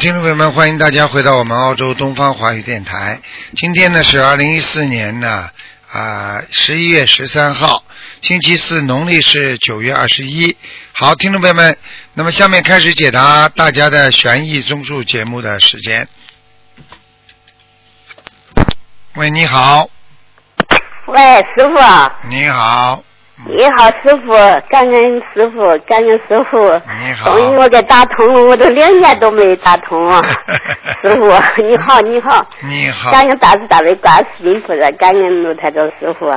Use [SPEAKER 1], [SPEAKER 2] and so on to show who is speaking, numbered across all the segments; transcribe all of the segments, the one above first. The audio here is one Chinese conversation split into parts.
[SPEAKER 1] 听众朋友们，欢迎大家回到我们澳洲东方华语电台。今天呢是二零一四年呢啊十一月十三号，星期四，农历是九月二十一。好，听众朋友们，那么下面开始解答大家的悬疑综述节目的时间。喂，你好，
[SPEAKER 2] 喂，师傅，
[SPEAKER 1] 你好，
[SPEAKER 2] 你好，师傅，感恩师傅，感恩师傅。
[SPEAKER 1] 你好！
[SPEAKER 2] 终于我给打通了，我都两年都没打通啊 师傅，你好，你好，
[SPEAKER 1] 你好，
[SPEAKER 2] 感恩大慈大悲观世音菩萨，感恩卢台长 师傅，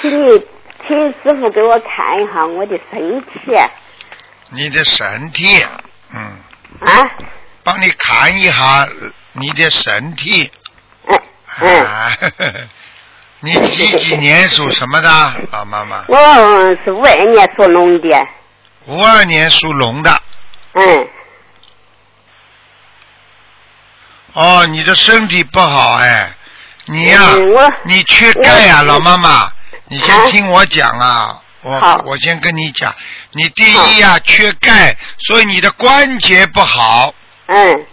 [SPEAKER 2] 请你，请师傅给我看一下我的身体
[SPEAKER 1] 你的身体，嗯，
[SPEAKER 2] 啊，
[SPEAKER 1] 帮你看一下呃你的身体。
[SPEAKER 2] 嗯嗯，
[SPEAKER 1] 啊，你几几年属什么的，老妈妈？
[SPEAKER 2] 我嗯是五二年属龙的，
[SPEAKER 1] 五二年属龙的。
[SPEAKER 2] 嗯，
[SPEAKER 1] 哦，你的身体不好哎，你呀、
[SPEAKER 2] 嗯我
[SPEAKER 1] 你缺钙呀、
[SPEAKER 2] 我
[SPEAKER 1] 老妈妈，你先
[SPEAKER 2] 啊
[SPEAKER 1] 听我讲啊。我
[SPEAKER 2] 好
[SPEAKER 1] 我先跟你讲，你第一呀、缺钙，所以你的关节不好，
[SPEAKER 2] 嗯，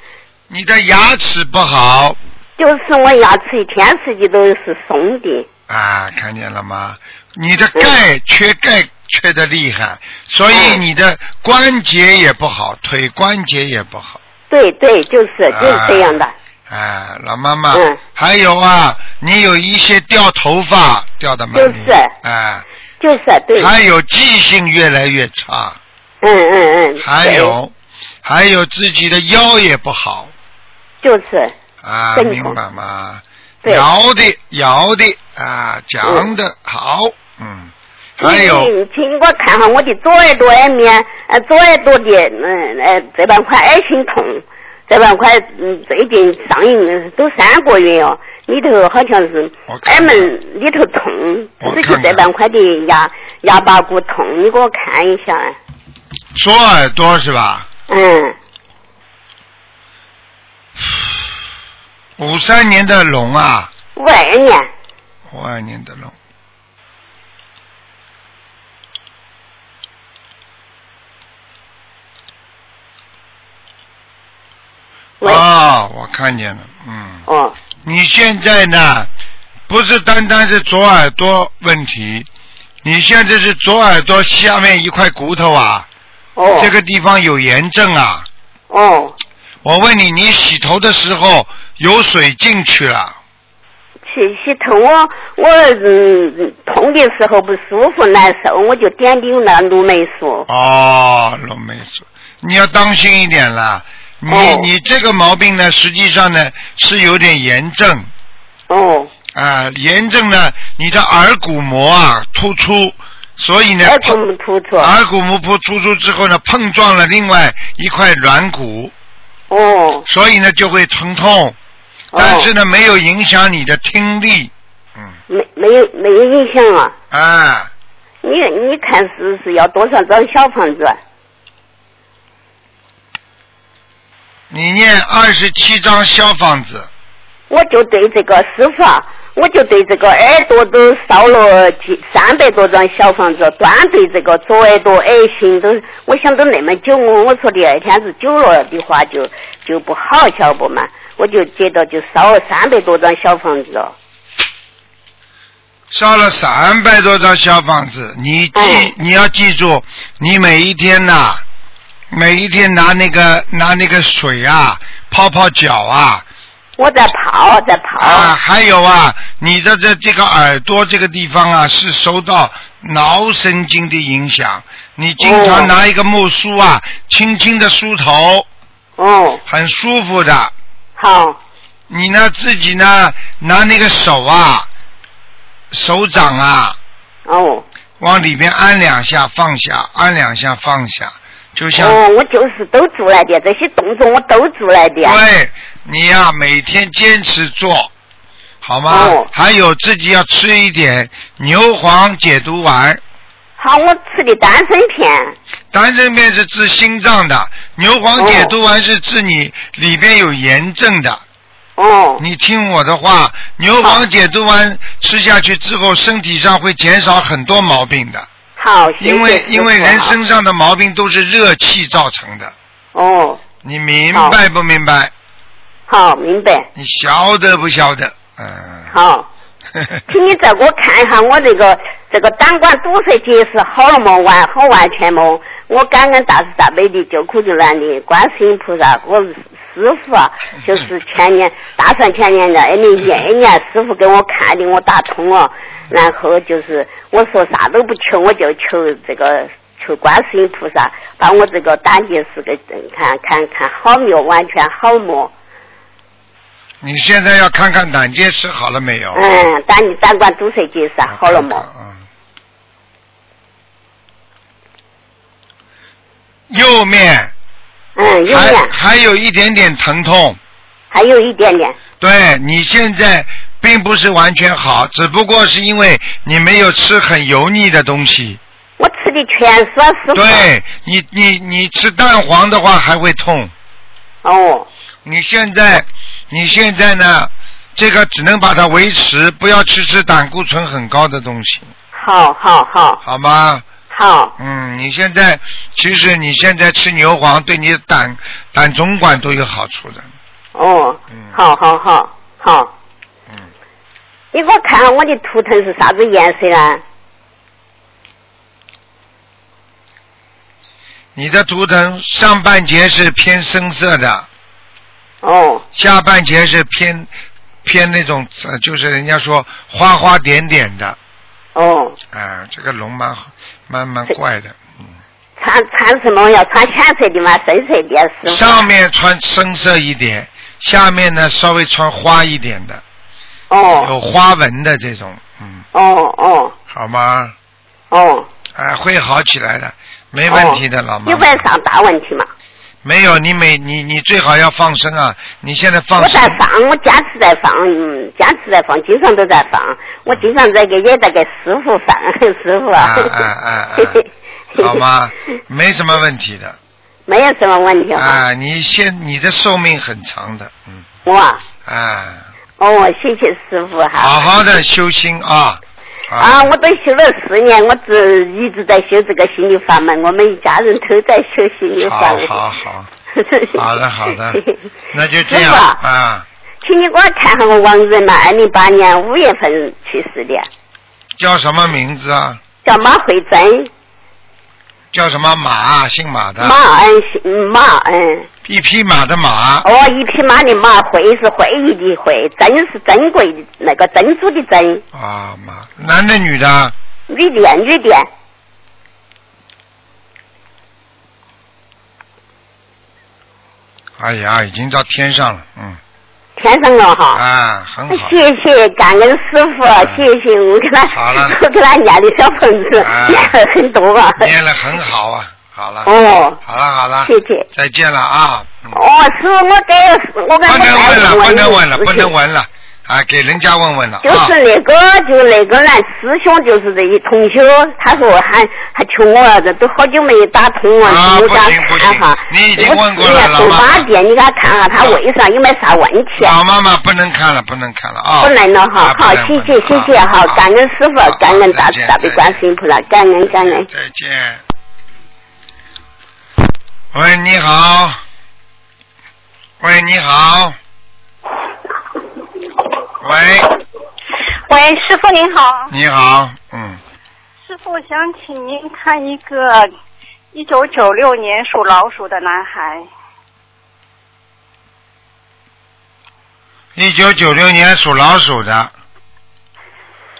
[SPEAKER 1] 你的牙齿不好
[SPEAKER 2] 就是我牙齿一天吃的都是松的，
[SPEAKER 1] 啊，看见了吗？你的钙缺钙缺的厉害，所以
[SPEAKER 2] 嗯
[SPEAKER 1] 你的关节也不好，腿关节也不好。
[SPEAKER 2] 对对，就是就是这样的。
[SPEAKER 1] 哎，老妈妈，
[SPEAKER 2] 嗯
[SPEAKER 1] 还有啊，你有一些掉头发掉的蛮厉害，哎，
[SPEAKER 2] 就是啊对，
[SPEAKER 1] 还有记性越来越差，
[SPEAKER 2] 嗯嗯嗯，
[SPEAKER 1] 还有，还有自己的腰也不好
[SPEAKER 2] 对就是
[SPEAKER 1] 啊，
[SPEAKER 2] 正
[SPEAKER 1] 明
[SPEAKER 2] 常
[SPEAKER 1] 白吗？
[SPEAKER 2] 对嗯
[SPEAKER 1] 摇的摇的啊，讲的好，嗯，还有
[SPEAKER 2] 请你请我看看我的左耳朵外面，呃，左耳朵的，嗯呃，这半块耳心痛，这半块，嗯，最近上瘾了都三个月哦，里头好像是
[SPEAKER 1] 我看
[SPEAKER 2] 耳
[SPEAKER 1] 看
[SPEAKER 2] 门里头痛
[SPEAKER 1] 我，
[SPEAKER 2] 自己
[SPEAKER 1] 看看
[SPEAKER 2] 这半块的牙牙巴骨痛，你给我看一下，
[SPEAKER 1] 左耳朵是吧？
[SPEAKER 2] 嗯，
[SPEAKER 1] 五三年的龙啊，
[SPEAKER 2] 五二年，
[SPEAKER 1] 五二年的龙。
[SPEAKER 2] 喂，
[SPEAKER 1] 哦，我看见了，嗯，
[SPEAKER 2] 哦，
[SPEAKER 1] 你现在呢，不是单单是左耳朵问题，你现在是左耳朵下面一块骨头啊，
[SPEAKER 2] 哦，
[SPEAKER 1] 这个地方有炎症啊。
[SPEAKER 2] 哦，
[SPEAKER 1] 我问你，你洗头的时候有水进去了，
[SPEAKER 2] 洗洗头我我嗯痛的时候不舒服难受，我就点滴那芦霉素。
[SPEAKER 1] 哦，龙梅素，你要当心一点啦。你、
[SPEAKER 2] 哦
[SPEAKER 1] 你这个毛病呢，实际上呢是有点炎症
[SPEAKER 2] 哦，
[SPEAKER 1] 啊，炎症呢，你的耳骨膜啊突出，所以呢，
[SPEAKER 2] 耳骨没突出。
[SPEAKER 1] 耳骨膜破突出之后呢，碰撞了另外一块软骨，
[SPEAKER 2] 哦
[SPEAKER 1] 所以呢就会疼痛，
[SPEAKER 2] 哦，
[SPEAKER 1] 但是呢没有影响你的听力。嗯，
[SPEAKER 2] 没没有没有影响啊。
[SPEAKER 1] 啊，
[SPEAKER 2] 你你看是是要多少张小房子？
[SPEAKER 1] 你念二十七章消防子，
[SPEAKER 2] 我就对这个师傅啊，我就对这个耳朵都烧了几三百多张小房子，专对这个左耳朵、耳心都，我想都那么久，我我说第二天是久了的话就就不好，晓得不嘛？我就接着就烧了三百多张小房子哦，
[SPEAKER 1] 烧了三百多张消防子，你记、
[SPEAKER 2] 嗯
[SPEAKER 1] 你要记住，你每一天呐、每一天拿那个拿那个水啊，泡泡脚啊，
[SPEAKER 2] 我在泡，在泡，
[SPEAKER 1] 啊，还有啊，你的这这个耳朵这个地方啊，是受到脑神经的影响。你经常
[SPEAKER 2] 哦
[SPEAKER 1] 拿一个木梳啊，轻轻的梳头，
[SPEAKER 2] 哦，
[SPEAKER 1] 很舒服的。
[SPEAKER 2] 好，
[SPEAKER 1] 你呢，自己呢，拿那个手啊，手掌啊，
[SPEAKER 2] 哦，
[SPEAKER 1] 往里边按两下，放下，按两下，放下，就像、
[SPEAKER 2] 哦，我就是都做来的，这些动作我都做来的，
[SPEAKER 1] 对，你呀、每天坚持做，好吗？
[SPEAKER 2] 哦
[SPEAKER 1] 还有自己要吃一点牛黄解毒丸。
[SPEAKER 2] 好，我吃的丹参片，
[SPEAKER 1] 丹参片是治心脏的，牛黄解毒丸是治你里边有炎症的。
[SPEAKER 2] 哦，
[SPEAKER 1] 你听我的话，牛黄解毒丸吃下去之后，身体上会减少很多毛病的，
[SPEAKER 2] 好，谢谢
[SPEAKER 1] 因为
[SPEAKER 2] 师傅
[SPEAKER 1] 因为人
[SPEAKER 2] 啊
[SPEAKER 1] 身上的毛病都是热气造成的。
[SPEAKER 2] 哦，
[SPEAKER 1] 你明白不明白？
[SPEAKER 2] 好，明白。
[SPEAKER 1] 你晓得不晓得？嗯。
[SPEAKER 2] 好，请你再给我看一下我这个这个胆管堵塞结石好了没？完好完全没？我感恩大慈大悲的救苦救难的观世音菩萨，我师傅啊，就是前年大算前年的，哎，零一一年师傅给我看的，我打通了，然后就是我说啥都不求，我就求这个求观世音菩萨把我这个胆结石给看看看好没有，完全好没？
[SPEAKER 1] 你现在要看看胆结石好了没有？
[SPEAKER 2] 嗯，胆胆管堵塞结石好了没？
[SPEAKER 1] 嗯。右面。
[SPEAKER 2] 嗯，右
[SPEAKER 1] 还
[SPEAKER 2] 面
[SPEAKER 1] 还有一点点疼痛。
[SPEAKER 2] 还有一点点。
[SPEAKER 1] 对你现在并不是完全好，只不过是因为你没有吃很油腻的东西。
[SPEAKER 2] 我吃的全是师傅。
[SPEAKER 1] 对你，你你吃蛋黄的话还会痛。
[SPEAKER 2] 哦，
[SPEAKER 1] 你现在，你现在呢？这个只能把它维持，不要去吃胆固醇很高的东西，
[SPEAKER 2] 好好好
[SPEAKER 1] 好吗？
[SPEAKER 2] 好，
[SPEAKER 1] 嗯，你现在其实你现在吃牛黄对你的胆胆总管都有好处的，
[SPEAKER 2] 哦，
[SPEAKER 1] 嗯
[SPEAKER 2] 好好好好。
[SPEAKER 1] 嗯，
[SPEAKER 2] 你给我看看我的图腾是啥子颜色呢？
[SPEAKER 1] 你的图腾上半截是偏深色的，
[SPEAKER 2] 哦，
[SPEAKER 1] 下半截是偏偏那种，呃就是人家说花花点点的，啊、
[SPEAKER 2] 哦，
[SPEAKER 1] 这个龙蛮蛮蛮怪的。
[SPEAKER 2] 穿穿什么？要穿浅色的吗？深色的呀师傅？
[SPEAKER 1] 上面穿深色一点，下面呢稍微穿花一点的，
[SPEAKER 2] 哦
[SPEAKER 1] 有花纹的这种，嗯，
[SPEAKER 2] 哦哦
[SPEAKER 1] 好吗？
[SPEAKER 2] 哦，
[SPEAKER 1] 哎，会好起来的，没问题的，老妈
[SPEAKER 2] 有
[SPEAKER 1] 妈。
[SPEAKER 2] 本上大问题嘛？
[SPEAKER 1] 没有，你每你你最好要放生啊！你现在
[SPEAKER 2] 我
[SPEAKER 1] 放生
[SPEAKER 2] 在，放，我坚持在放，嗯，坚持在放，经常都在放。我经常在给也在给师傅放， 师傅
[SPEAKER 1] 啊啊啊啊 好吗？没什么问题的
[SPEAKER 2] 没有什么问题哈。
[SPEAKER 1] 啊！你现你的寿命很长的，嗯
[SPEAKER 2] 哇，
[SPEAKER 1] 啊。
[SPEAKER 2] 哦，谢谢师傅哈。
[SPEAKER 1] 好好的修心啊！
[SPEAKER 2] 啊，我都修了四年，我只一直在修这个心理法门，我们一家人都在修心理法
[SPEAKER 1] 好
[SPEAKER 2] 门。，
[SPEAKER 1] 好好，好的好的 那就这样
[SPEAKER 2] 师傅
[SPEAKER 1] 啊。
[SPEAKER 2] 请你给我看看我亡人嘛，二零八年五月份去世的，
[SPEAKER 1] 叫什么名字啊？
[SPEAKER 2] 叫马慧珍，
[SPEAKER 1] 叫什么马？啊姓马的，
[SPEAKER 2] 马恩姓马恩。
[SPEAKER 1] 一匹马的马。
[SPEAKER 2] 哦，一匹马的马，会是会议的会，珍是珍贵的那个珍珠的珍，
[SPEAKER 1] 啊，马，男的女的？
[SPEAKER 2] 女的女的，
[SPEAKER 1] 哎呀，已经到天上了，嗯，
[SPEAKER 2] 天上了哈。
[SPEAKER 1] 啊，很好嗯
[SPEAKER 2] 谢，谢感恩师傅，谢谢我给他
[SPEAKER 1] 好了，
[SPEAKER 2] 我 给他念的小房子
[SPEAKER 1] 啊嗯
[SPEAKER 2] 念了 很多啊。
[SPEAKER 1] 念了很好啊，好了，
[SPEAKER 2] 哦，
[SPEAKER 1] 好了好了
[SPEAKER 2] 谢，谢。
[SPEAKER 1] 再见了啊，嗯
[SPEAKER 2] 哦，师傅，我给我跟
[SPEAKER 1] 不能问了，不能问了，不能
[SPEAKER 2] 问。
[SPEAKER 1] 问了，啊，给人家问问了
[SPEAKER 2] 就
[SPEAKER 1] 啊
[SPEAKER 2] 是。那个，就那个男师兄，就是这一同修，他说还还求我，这都好久没打通了，
[SPEAKER 1] 啊
[SPEAKER 2] 我
[SPEAKER 1] 不
[SPEAKER 2] 想
[SPEAKER 1] 行不
[SPEAKER 2] 看
[SPEAKER 1] 行
[SPEAKER 2] 哈。
[SPEAKER 1] 你已经问过了老
[SPEAKER 2] 东
[SPEAKER 1] 妈
[SPEAKER 2] 八店，你给他看看他胃上有没有啥问题啊？
[SPEAKER 1] 老妈妈不能看了，不能看了啊！
[SPEAKER 2] 不能了哈
[SPEAKER 1] 啊，
[SPEAKER 2] 好，
[SPEAKER 1] 不能
[SPEAKER 2] 谢
[SPEAKER 1] 不
[SPEAKER 2] 谢
[SPEAKER 1] 能啊
[SPEAKER 2] 谢谢哈，感恩师
[SPEAKER 1] 好
[SPEAKER 2] 傅，感恩大
[SPEAKER 1] 再
[SPEAKER 2] 慈
[SPEAKER 1] 见
[SPEAKER 2] 大悲
[SPEAKER 1] 再
[SPEAKER 2] 观
[SPEAKER 1] 见
[SPEAKER 2] 世音菩萨，感恩感恩。
[SPEAKER 1] 再见。喂，你好。喂，你好。喂，
[SPEAKER 3] 喂，师傅您好，
[SPEAKER 1] 你好，嗯，
[SPEAKER 3] 师傅想请您看一个一九九六年属老鼠的男孩，
[SPEAKER 1] 一九九六年属老鼠的，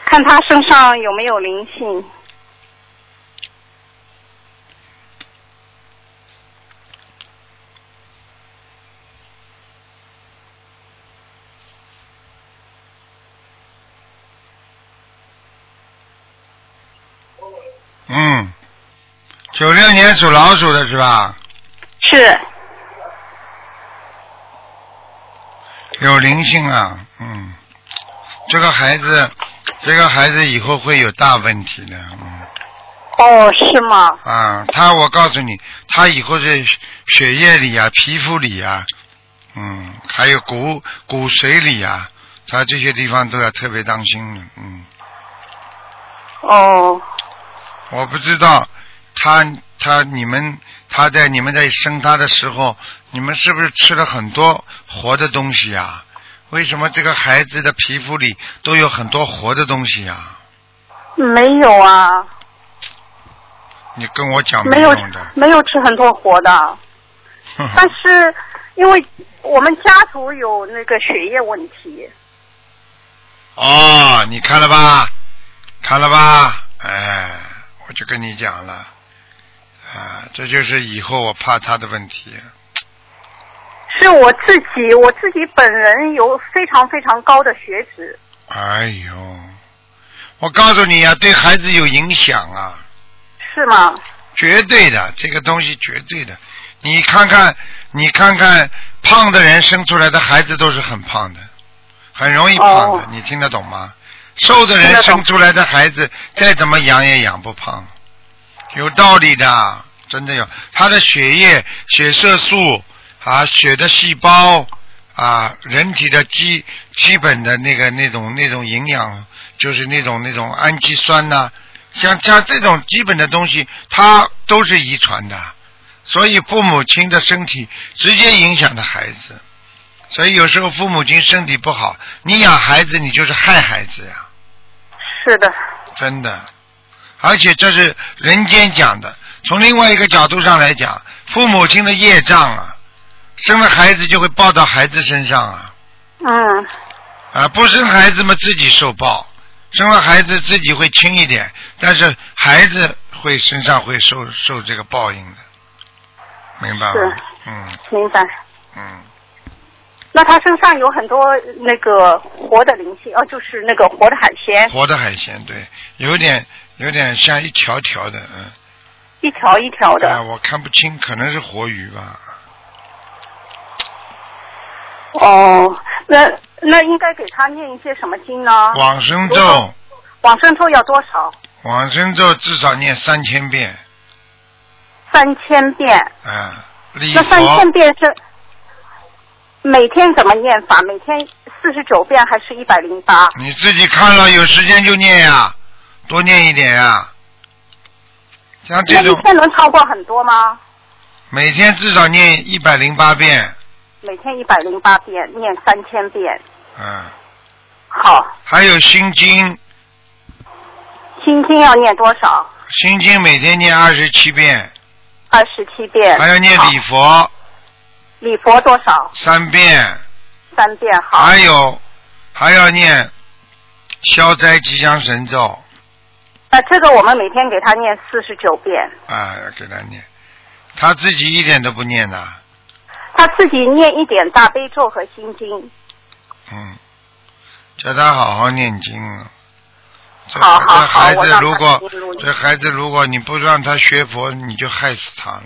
[SPEAKER 3] 看他身上有没有灵性。
[SPEAKER 1] 嗯，九六年属老鼠的是吧？
[SPEAKER 3] 是，
[SPEAKER 1] 有灵性啊，嗯，这个孩子，这个孩子以后会有大问题的，嗯。
[SPEAKER 3] 哦，是吗？
[SPEAKER 1] 啊，他我告诉你，他以后是血液里啊、皮肤里啊，嗯，还有骨骨髓里啊，他这些地方都要特别当心的。嗯，
[SPEAKER 3] 哦，
[SPEAKER 1] 我不知道他他你们他在你们在生他的时候，你们是不是吃了很多活的东西啊？为什么这个孩子的皮肤里都有很多活的东西啊？
[SPEAKER 3] 没有啊，
[SPEAKER 1] 你跟我讲
[SPEAKER 3] 没有嗯
[SPEAKER 1] 用的。
[SPEAKER 3] 没有吃很多活的，
[SPEAKER 1] 哼
[SPEAKER 3] 但
[SPEAKER 1] 哼
[SPEAKER 3] 是因为我们家族有那个血液问题，
[SPEAKER 1] 哦，你看了吧？看了吧？哎，我就跟你讲了，啊，这就是以后我怕他的问题。
[SPEAKER 3] 是我自己我自己本人有非常非常高的血脂，
[SPEAKER 1] 哎呦，我告诉你啊，对孩子有影响啊。
[SPEAKER 3] 是吗？
[SPEAKER 1] 绝对的，这个东西绝对的。你看看，你看看，胖的人生出来的孩子都是很胖的，很容易胖的。
[SPEAKER 3] 哦
[SPEAKER 1] 你听得懂吗？瘦的
[SPEAKER 3] 听
[SPEAKER 1] 人
[SPEAKER 3] 得懂
[SPEAKER 1] 生出来的孩子，再怎么养也养不胖，有道理的，真的有。他的血液、血色素啊，血的细胞啊，人体的基基本的那个那种那种营养，就是那种那种氨基酸呐、像像这种基本的东西，它都是遗传的，所以父母亲的身体直接影响的孩子，所以有时候父母亲身体不好，你养孩子你就是害孩子呀、
[SPEAKER 3] 是的，
[SPEAKER 1] 真的，而且这是人间讲的。从另外一个角度上来讲，父母亲的业障啊，生了孩子就会报到孩子身上啊，
[SPEAKER 3] 嗯，
[SPEAKER 1] 啊，不生孩子嘛自己受报，生了孩子自己会轻一点，但是孩子会身上会受受这个报应的，明白吗
[SPEAKER 3] 是？
[SPEAKER 1] 嗯
[SPEAKER 3] 明白。
[SPEAKER 1] 嗯，
[SPEAKER 3] 那他身上有很多那个活的灵性，哦，就是那个活的海鲜，
[SPEAKER 1] 活的海鲜对，有点有点像一条条的，嗯，
[SPEAKER 3] 一条一条
[SPEAKER 1] 啊，
[SPEAKER 3] 的。
[SPEAKER 1] 我看不清，可能是活鱼吧，
[SPEAKER 3] 哦，那那应该给他念一些什么经呢？
[SPEAKER 1] 往生
[SPEAKER 3] 如
[SPEAKER 1] 咒
[SPEAKER 3] 果。往生咒要多少？
[SPEAKER 1] 往生咒至少念三千遍
[SPEAKER 3] 三千遍。
[SPEAKER 1] 啊，礼
[SPEAKER 3] 那三千
[SPEAKER 1] 佛
[SPEAKER 3] 遍是每天怎么念法？每天四十九遍还是一百零八？
[SPEAKER 1] 你自己看了，有时间就念呀，多念一点呀。像
[SPEAKER 3] 那
[SPEAKER 1] 这
[SPEAKER 3] 一
[SPEAKER 1] 种
[SPEAKER 3] 天能超过很多吗？
[SPEAKER 1] 每天至少念一百零八遍，
[SPEAKER 3] 每天一百零八遍，念三千遍。
[SPEAKER 1] 嗯，
[SPEAKER 3] 好，
[SPEAKER 1] 还有心经，
[SPEAKER 3] 心经要念多少？
[SPEAKER 1] 心经每天念二十七遍，
[SPEAKER 3] 二十七遍。
[SPEAKER 1] 还要念
[SPEAKER 3] 好
[SPEAKER 1] 礼佛
[SPEAKER 3] 礼佛多少？
[SPEAKER 1] 三遍，
[SPEAKER 3] 三遍。好。
[SPEAKER 1] 还有还要念消灾吉祥神咒
[SPEAKER 3] 那呃这个我们每天给他念四十九遍，
[SPEAKER 1] 啊，要给他念，他自己一点都不念呐、
[SPEAKER 3] 他自己念一点大悲咒和心经。
[SPEAKER 1] 嗯，叫他好好念经啊。这
[SPEAKER 3] 好好
[SPEAKER 1] 这
[SPEAKER 3] 好
[SPEAKER 1] 孩
[SPEAKER 3] 我
[SPEAKER 1] 子
[SPEAKER 3] 让
[SPEAKER 1] 如
[SPEAKER 3] 他
[SPEAKER 1] 果
[SPEAKER 3] 努力努力
[SPEAKER 1] 这孩子如果你不让他学佛，你就害死他了。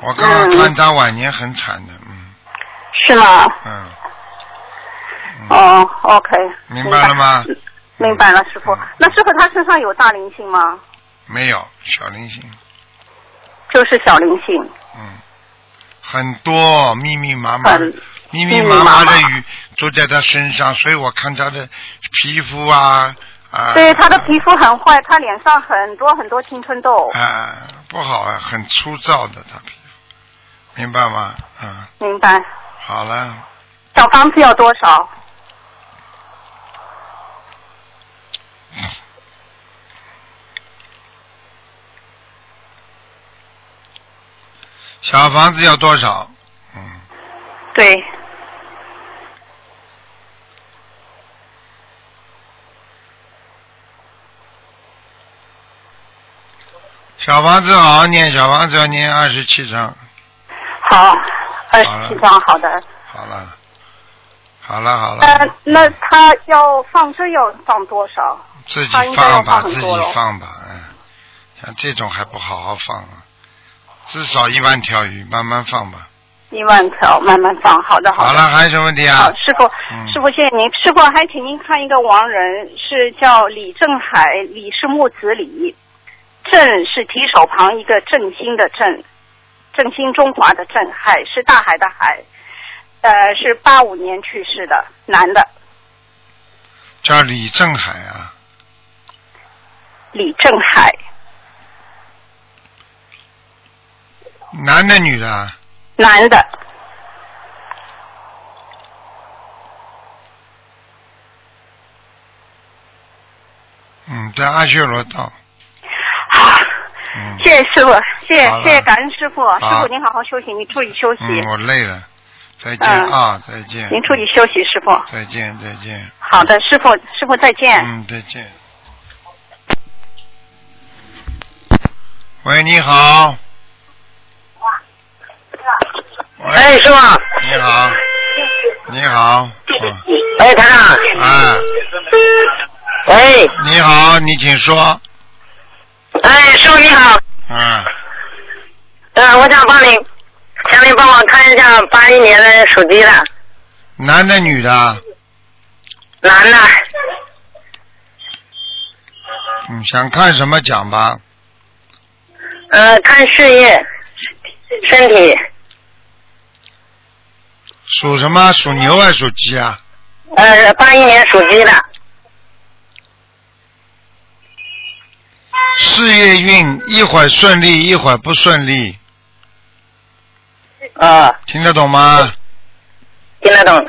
[SPEAKER 1] 我刚
[SPEAKER 3] 嗯
[SPEAKER 1] 刚看他晚年很惨的，嗯
[SPEAKER 3] 是吗？
[SPEAKER 1] 嗯，
[SPEAKER 3] 哦，OK。
[SPEAKER 1] 明白了吗？
[SPEAKER 3] 明白了，师傅
[SPEAKER 1] 嗯。
[SPEAKER 3] 那师傅他身上有大灵性吗？
[SPEAKER 1] 没有小灵性，
[SPEAKER 3] 就是小灵性。
[SPEAKER 1] 嗯，很多密密麻
[SPEAKER 3] 嗯
[SPEAKER 1] 麻的
[SPEAKER 3] 很
[SPEAKER 1] 密密麻的鱼都在他身上，所以我看他的皮肤啊啊，
[SPEAKER 3] 对，他的皮肤很坏，他脸上很多很多青春痘。
[SPEAKER 1] 啊不好啊，很粗糙的他皮肤，明白吗？嗯。
[SPEAKER 3] 明白。
[SPEAKER 1] 好了，
[SPEAKER 3] 小房子要多少？
[SPEAKER 1] 小房子要多少？嗯，
[SPEAKER 3] 对，
[SPEAKER 1] 小房子好好念，小房子要念二十七章。
[SPEAKER 3] 好，二
[SPEAKER 1] 好了
[SPEAKER 3] 十七张，好的。
[SPEAKER 1] 好了，好了，好了，
[SPEAKER 3] 呃，那他要放生要放多少？
[SPEAKER 1] 自己
[SPEAKER 3] 他应该
[SPEAKER 1] 放
[SPEAKER 3] 要
[SPEAKER 1] 吧，
[SPEAKER 3] 放
[SPEAKER 1] 自
[SPEAKER 3] 很
[SPEAKER 1] 己
[SPEAKER 3] 多了
[SPEAKER 1] 放吧，嗯，像这种还不好好放啊，至少一万条鱼，慢慢放吧。
[SPEAKER 3] 一万条，慢慢放。好的，好的。
[SPEAKER 1] 好了，还有什么问题啊
[SPEAKER 3] 好，？哦师傅
[SPEAKER 1] 嗯，
[SPEAKER 3] 师傅谢谢您。师傅还请您看一个亡人，是叫李正海，李是木子李，正是提手旁一个振兴的振，振兴中华的振，海是大海的海，呃，是八五年去世的，男的，
[SPEAKER 1] 叫李正海啊，
[SPEAKER 3] 李正海，
[SPEAKER 1] 男的女的啊？
[SPEAKER 3] 男的，
[SPEAKER 1] 嗯，在阿修罗道，
[SPEAKER 3] 啊
[SPEAKER 1] 嗯，
[SPEAKER 3] 谢谢师傅，谢谢
[SPEAKER 1] 好了
[SPEAKER 3] 谢谢感恩师傅，师
[SPEAKER 1] 好
[SPEAKER 3] 傅您好好休息，您注意休息，
[SPEAKER 1] 嗯，我累了，再见
[SPEAKER 3] 嗯
[SPEAKER 1] 啊，再见，
[SPEAKER 3] 您注意休息，师傅。
[SPEAKER 1] 再见，再见，
[SPEAKER 3] 好的，师傅，师傅再见。
[SPEAKER 1] 嗯，再见。喂，你好，喂，
[SPEAKER 4] 哎，师傅，
[SPEAKER 1] 你好，你好，
[SPEAKER 4] 哎，台长，
[SPEAKER 1] 嗯，啊，
[SPEAKER 4] 喂，
[SPEAKER 1] 你好，你请说，
[SPEAKER 4] 哎，师傅你好，
[SPEAKER 1] 嗯，
[SPEAKER 4] 呃，我想帮您，请您帮我看一下八一年的属鸡的
[SPEAKER 1] 男的女的，
[SPEAKER 4] 男的，
[SPEAKER 1] 嗯，想看什么讲吧，
[SPEAKER 4] 呃，看事业、身体，
[SPEAKER 1] 属什么？属牛还是属鸡啊？
[SPEAKER 4] 呃，八一年属鸡的，
[SPEAKER 1] 事业运一会儿顺利，一会儿不顺利，
[SPEAKER 4] 呃，
[SPEAKER 1] 听得懂吗？
[SPEAKER 4] 听得懂，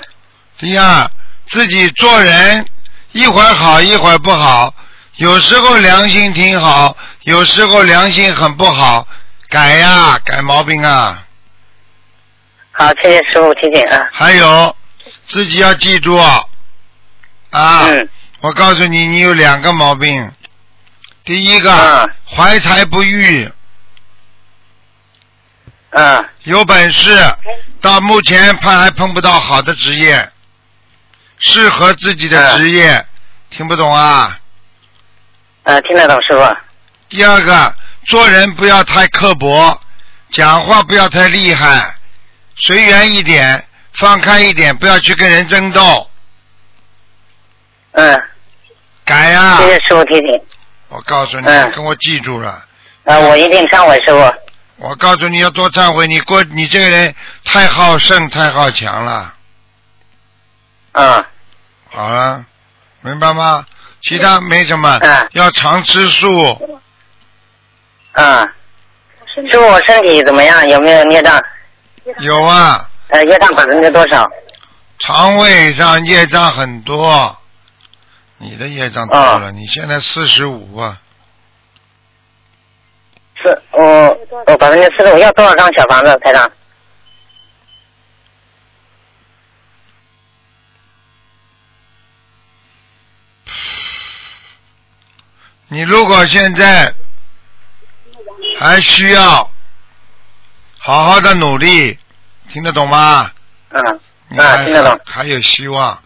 [SPEAKER 1] 第二，自己做人一会儿好，一会儿不好，有时候良心挺好，有时候良心很不好，改呀、改毛病啊。
[SPEAKER 4] 好，谢谢师傅提醒啊，
[SPEAKER 1] 还有，自己要记住啊，
[SPEAKER 4] 嗯，
[SPEAKER 1] 我告诉你，你有两个毛病，第一个、
[SPEAKER 4] 嗯
[SPEAKER 1] 怀才不遇，
[SPEAKER 4] 嗯，
[SPEAKER 1] 有本事，到目前碰还碰不到好的职业，适合自己的职业，听不懂啊？
[SPEAKER 4] 呃，听得懂，师傅，
[SPEAKER 1] 第二个，做人不要太刻薄，讲话不要太厉害，随缘一点，放开一点，不要去跟人争斗，
[SPEAKER 4] 嗯，
[SPEAKER 1] 改呀、
[SPEAKER 4] 谢谢师傅提醒，
[SPEAKER 1] 我告诉你，
[SPEAKER 4] 嗯
[SPEAKER 1] 跟我记住了。
[SPEAKER 4] 呃，我一定忏悔，师傅，
[SPEAKER 1] 我告诉你要多忏悔，你过你这个人太好胜、太好强了。
[SPEAKER 4] 嗯，
[SPEAKER 1] 好了，明白吗？其他没什么，
[SPEAKER 4] 嗯
[SPEAKER 1] 要常吃素。
[SPEAKER 4] 嗯，师傅我身体怎么样？有没有孽障？
[SPEAKER 1] 有啊，
[SPEAKER 4] 呃，业障百分之多少？
[SPEAKER 1] 肠胃上业障很多，你的业障多了，
[SPEAKER 4] 嗯
[SPEAKER 1] 你现在四十五啊。
[SPEAKER 4] 是，我我百分之四十五要多少张小房子，台长？
[SPEAKER 1] 你如果现在还需要好好的努力，听得懂吗？
[SPEAKER 4] 嗯，
[SPEAKER 1] 你还
[SPEAKER 4] 听得懂啊
[SPEAKER 1] 还有希望。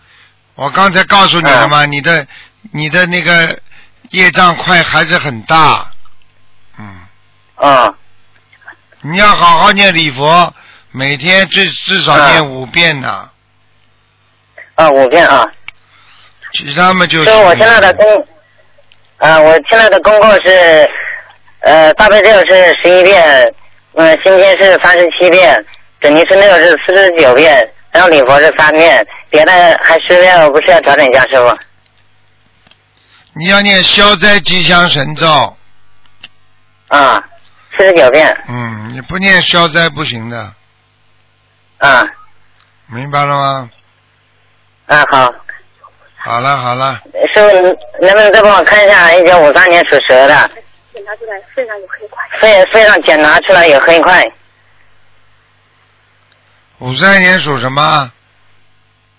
[SPEAKER 1] 我刚才告诉你了吗？你的你的那个业障块还是很大，嗯，
[SPEAKER 4] 哦，
[SPEAKER 1] 你要好好念礼佛，每天至至少
[SPEAKER 4] 嗯
[SPEAKER 1] 念五遍呐、
[SPEAKER 4] 哦，五遍啊。
[SPEAKER 1] 其他嘛就
[SPEAKER 4] 所以我现在的功，呃，我现在的功课是，呃，大悲咒是十一遍，嗯、心经是三十七遍，准提神咒是四十九遍，然后礼佛是三遍，别的还十遍，我不是要调整一下，师傅？
[SPEAKER 1] 你要念消灾吉祥神咒，
[SPEAKER 4] 啊，四十九遍，
[SPEAKER 1] 嗯，你不念消灾不行的，
[SPEAKER 4] 啊，
[SPEAKER 1] 明白了吗？
[SPEAKER 4] 啊好，
[SPEAKER 1] 好了好了。
[SPEAKER 4] 师傅能不能再帮我看一下一九五三年属蛇的？
[SPEAKER 5] 检查出来肾上有黑块。
[SPEAKER 4] 肺肺上检查出来有黑块，
[SPEAKER 1] 五三年属什么？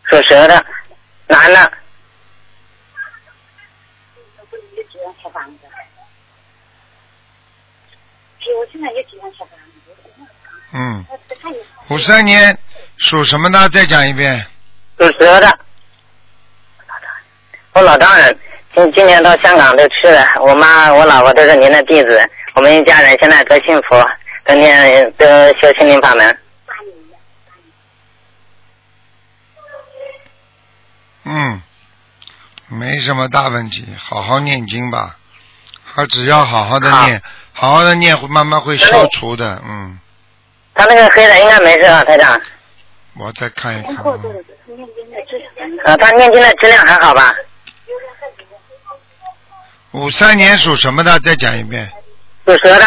[SPEAKER 4] 属蛇的，男的，
[SPEAKER 5] 我也几万小房子。哎，我现在也几万小房子，
[SPEAKER 1] 嗯，
[SPEAKER 5] 我不看你。
[SPEAKER 1] 五三年属什么呢？再讲一遍。
[SPEAKER 4] 属蛇的。我老丈人今今年到香港都去了，我妈我老婆都是您的弟子，我们一家人现在都信佛，都念都修心灵法门。
[SPEAKER 1] 嗯，没什么大问题，好好念经吧。他只要好好的念，好好的念，会慢慢会消除的。嗯，
[SPEAKER 4] 他那个黑的应该没事吧，台长？
[SPEAKER 1] 我再看一看。啊
[SPEAKER 5] 过度的念经的质量。
[SPEAKER 4] 呃，他念经的质量还好吧？
[SPEAKER 1] 五三年属什么的？再讲一遍。
[SPEAKER 4] 属蛇的，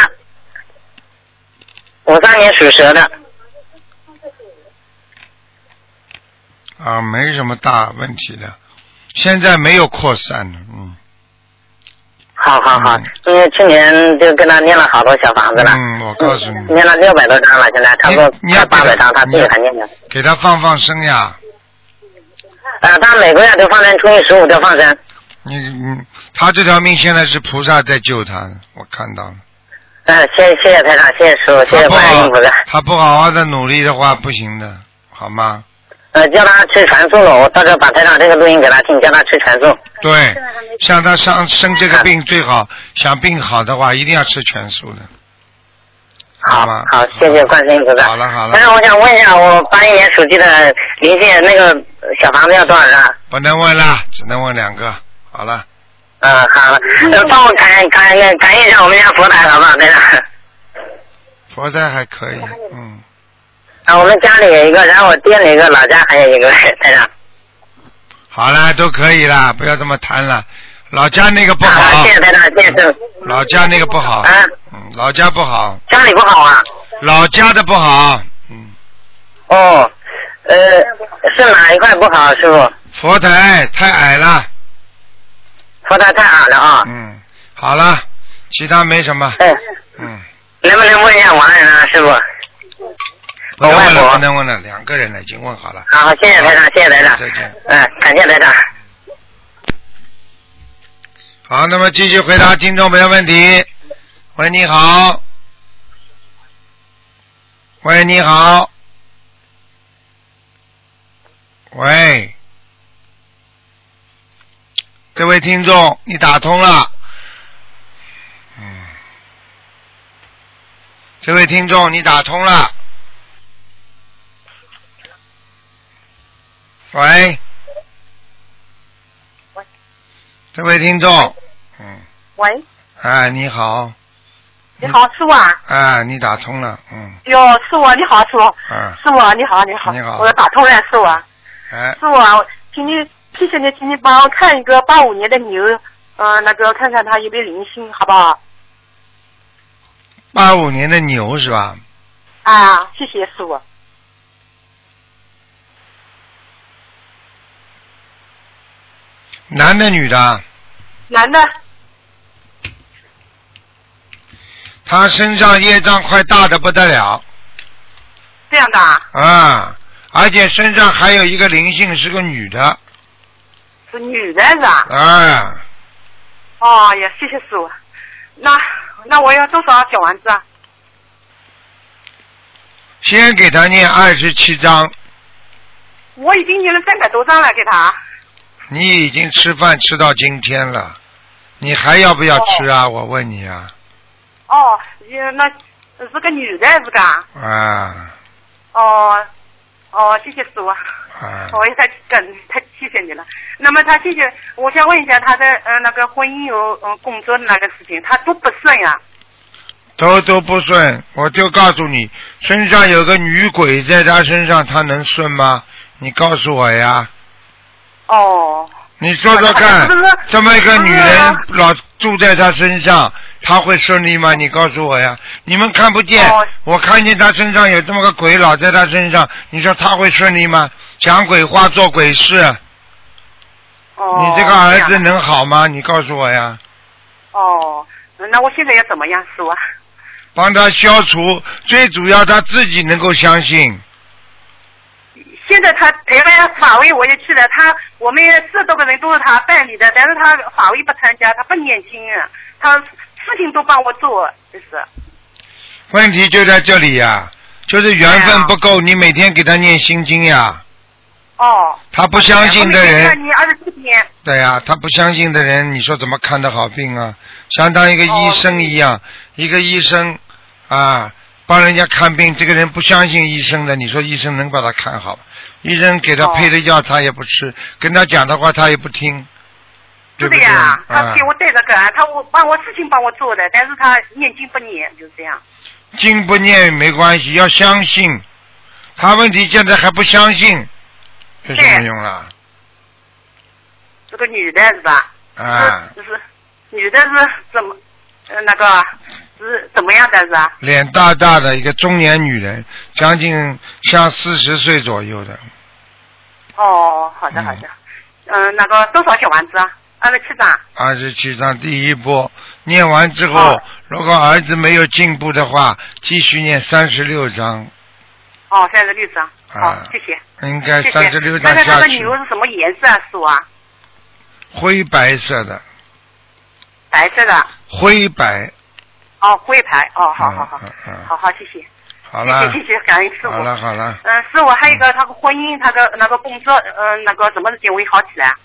[SPEAKER 4] 五三年属蛇的，
[SPEAKER 1] 啊，没什么大问题的，现在没有扩散的，嗯
[SPEAKER 4] 好好好，因为去年就跟他念了好多小房子了，
[SPEAKER 1] 嗯，我告诉你，
[SPEAKER 4] 念了六百多张了，现在差不多
[SPEAKER 1] 你你要
[SPEAKER 4] 快八百张，他自己还念呢。
[SPEAKER 1] 给他放放生呀，
[SPEAKER 4] 呃，他每个月都放生，初一十五都放生。
[SPEAKER 1] 你你嗯他这条命现在是菩萨在救他，我看到了。
[SPEAKER 4] 嗯、谢谢谢谢台长，谢谢师
[SPEAKER 1] 他
[SPEAKER 4] 傅，谢谢
[SPEAKER 1] 不
[SPEAKER 4] 观世
[SPEAKER 1] 好
[SPEAKER 4] 音菩萨。，
[SPEAKER 1] 他不好好的努力的话，不行的，好吗？
[SPEAKER 4] 呃，叫他吃全素了，我到时候把台长这个录音给他听，叫他吃全素。
[SPEAKER 1] 对，
[SPEAKER 4] 嗯
[SPEAKER 1] 像他上生这个病最好，想病好的话，一定要吃全素的，
[SPEAKER 4] 好
[SPEAKER 1] 吗？
[SPEAKER 4] 好，谢谢观世音菩萨。嗯
[SPEAKER 1] 好了好了
[SPEAKER 4] 但是我想问一下，我八一年属鸡的灵性那个小房子要多少张？
[SPEAKER 1] 不能问了，只能问两个，好了。
[SPEAKER 4] 嗯，好了，呃帮我感感感应一下我们家佛台好不好？台长。
[SPEAKER 1] 佛山还可以，嗯，
[SPEAKER 4] 啊，我们家里有一个，然后我店里一个，老家还有一个，台长。
[SPEAKER 1] 好了，都可以啦，不要这么贪了。老家那个不
[SPEAKER 4] 啊，
[SPEAKER 1] 好
[SPEAKER 4] 谢，谢台长，谢谢师傅。
[SPEAKER 1] 老家那个不好
[SPEAKER 4] 啊，
[SPEAKER 1] 嗯，老家不好，
[SPEAKER 4] 家里不好啊。
[SPEAKER 1] 老家的不好，嗯，
[SPEAKER 4] 哦，呃，是哪一块不好，师傅？
[SPEAKER 1] 佛台太矮了，
[SPEAKER 4] 佛台太矮了啊。
[SPEAKER 1] 嗯，好了，其他没什么，
[SPEAKER 4] 嗯，
[SPEAKER 1] 嗯，
[SPEAKER 4] 能不能问一下王人啊，师傅？
[SPEAKER 1] 不能问
[SPEAKER 4] 我外
[SPEAKER 1] 了，
[SPEAKER 4] 婆
[SPEAKER 1] 不能问了，两个人了，已经问好了。
[SPEAKER 4] 好，谢谢台长，谢谢台长。
[SPEAKER 1] 再见。
[SPEAKER 4] 嗯，感谢台长。
[SPEAKER 1] 好，那么继续回答听众朋友问题。喂，你好。喂，你好。喂，这位听众，你打通了。嗯，这位听众，你打通了。喂，这位听众，嗯，
[SPEAKER 6] 喂，
[SPEAKER 1] 哎，你好，
[SPEAKER 6] 你好，师傅啊！
[SPEAKER 1] 哎，你打通了，嗯，
[SPEAKER 6] 哟，师傅你好，师傅，
[SPEAKER 1] 啊，
[SPEAKER 6] 师傅你好，你好，
[SPEAKER 1] 你好
[SPEAKER 6] 我打通了，师傅啊，
[SPEAKER 1] 哎，
[SPEAKER 6] 师傅啊，请你谢谢你，请你帮我看一个八五年的牛，呃，那个看看它有没有灵性，好不好？
[SPEAKER 1] 八五年的牛是吧？
[SPEAKER 6] 啊，谢谢师傅。
[SPEAKER 1] 男的女的？
[SPEAKER 6] 男的，
[SPEAKER 1] 他身上业障快大的不得了
[SPEAKER 6] 这样的啊，
[SPEAKER 1] 啊，而且身上还有一个灵性，是个女的
[SPEAKER 6] 是女的是吧？
[SPEAKER 1] 啊，
[SPEAKER 6] 哦呀，谢谢师傅。那那我要多少小丸子啊？
[SPEAKER 1] 先给他念二十七章，
[SPEAKER 6] 我已经念了三百多张了，给他。
[SPEAKER 1] 你已经吃饭吃到今天了，你还要不要吃啊？我问你啊，
[SPEAKER 6] 哦，呃那是个女的是个啊？
[SPEAKER 1] 啊
[SPEAKER 6] 哦哦，谢谢师傅。
[SPEAKER 1] 啊，
[SPEAKER 6] 我也太感太谢谢你了。那么他谢谢，我想问一下他的呃那个婚姻有呃工作的那个事情，他都不顺呀、
[SPEAKER 1] 都都不顺，我就告诉你，身上有个女鬼在他身上，他能顺吗？你告诉我呀，
[SPEAKER 6] 哦，
[SPEAKER 1] 你说说看
[SPEAKER 6] 不是不是，
[SPEAKER 1] 这么一个女人
[SPEAKER 6] 不
[SPEAKER 1] 老住在他身上，他会顺利吗？你告诉我呀！你们看不见
[SPEAKER 6] 哦，
[SPEAKER 1] 我看见他身上有这么个鬼老在他身上，你说他会顺利吗？讲鬼话做鬼事，
[SPEAKER 6] 哦。
[SPEAKER 1] 你这个儿
[SPEAKER 6] 样
[SPEAKER 1] 子能好吗？你告诉我呀！
[SPEAKER 6] 哦，那我现在要怎么样，师傅？啊
[SPEAKER 1] 帮他消除，最主要他自己能够相信。
[SPEAKER 6] 现在他台湾法会我也去了，他我们这多个人都是他办理的，但是他法会不参加，他不念经啊，他事情都帮我做，就是。
[SPEAKER 1] 问题就在这里呀、就是缘
[SPEAKER 6] 对
[SPEAKER 1] 分
[SPEAKER 6] 啊
[SPEAKER 1] 不够，你每天给他念心经呀。
[SPEAKER 6] 哦。
[SPEAKER 1] 他不相信的
[SPEAKER 6] 我每天
[SPEAKER 1] 人
[SPEAKER 6] 看，你二十四天。
[SPEAKER 1] 对呀、他不相信的人，你说怎么看得好病啊？相当于一个
[SPEAKER 6] 哦
[SPEAKER 1] 医生一样，一个医生啊，帮人家看病，这个人不相信医生的，你说医生能把他看好吗？医生给他
[SPEAKER 6] 哦
[SPEAKER 1] 配的药他也不吃，跟他讲的话他也不听，对
[SPEAKER 6] 是
[SPEAKER 1] 不
[SPEAKER 6] 的
[SPEAKER 1] 对？
[SPEAKER 6] 呀，他
[SPEAKER 1] 啊
[SPEAKER 6] 给，我带着个，他我帮我事情帮我做的，但是他念经不念，就这样。
[SPEAKER 1] 经不念没关系，要相信。他问题现在还不相信，有什么
[SPEAKER 6] 对
[SPEAKER 1] 用啦？
[SPEAKER 6] 是个女的是吧？
[SPEAKER 1] 啊，
[SPEAKER 6] 是是女的是怎么呃那个是怎么样的是吧？
[SPEAKER 1] 脸大大的一个中年女人，将近像四十岁左右的，
[SPEAKER 6] 哦，好的
[SPEAKER 1] 嗯
[SPEAKER 6] 好的，嗯，那个多少小丸子啊？二十七张。
[SPEAKER 1] 二十七章第一波念完之后，
[SPEAKER 6] 哦
[SPEAKER 1] 如果儿子没有进步的话，继续念三十六章，
[SPEAKER 6] 哦，三十六张。好
[SPEAKER 1] 啊，
[SPEAKER 6] 谢谢。
[SPEAKER 1] 应该
[SPEAKER 6] 谢谢
[SPEAKER 1] 三十六章
[SPEAKER 6] 那个那
[SPEAKER 1] 下
[SPEAKER 6] 个
[SPEAKER 1] 去
[SPEAKER 6] 牛，是什么颜色啊？属啊，
[SPEAKER 1] 灰白色的，
[SPEAKER 6] 白色的。
[SPEAKER 1] 灰白，
[SPEAKER 6] 哦，龟牌。哦，好好好
[SPEAKER 1] 嗯嗯嗯，
[SPEAKER 6] 好好，谢谢。
[SPEAKER 1] 好了
[SPEAKER 6] 谢谢，谢谢，感恩师傅。
[SPEAKER 1] 好了好了，
[SPEAKER 6] 嗯，师傅，还有一个他的婚姻，他的那个工作，嗯，那个什么事情会好起来？啊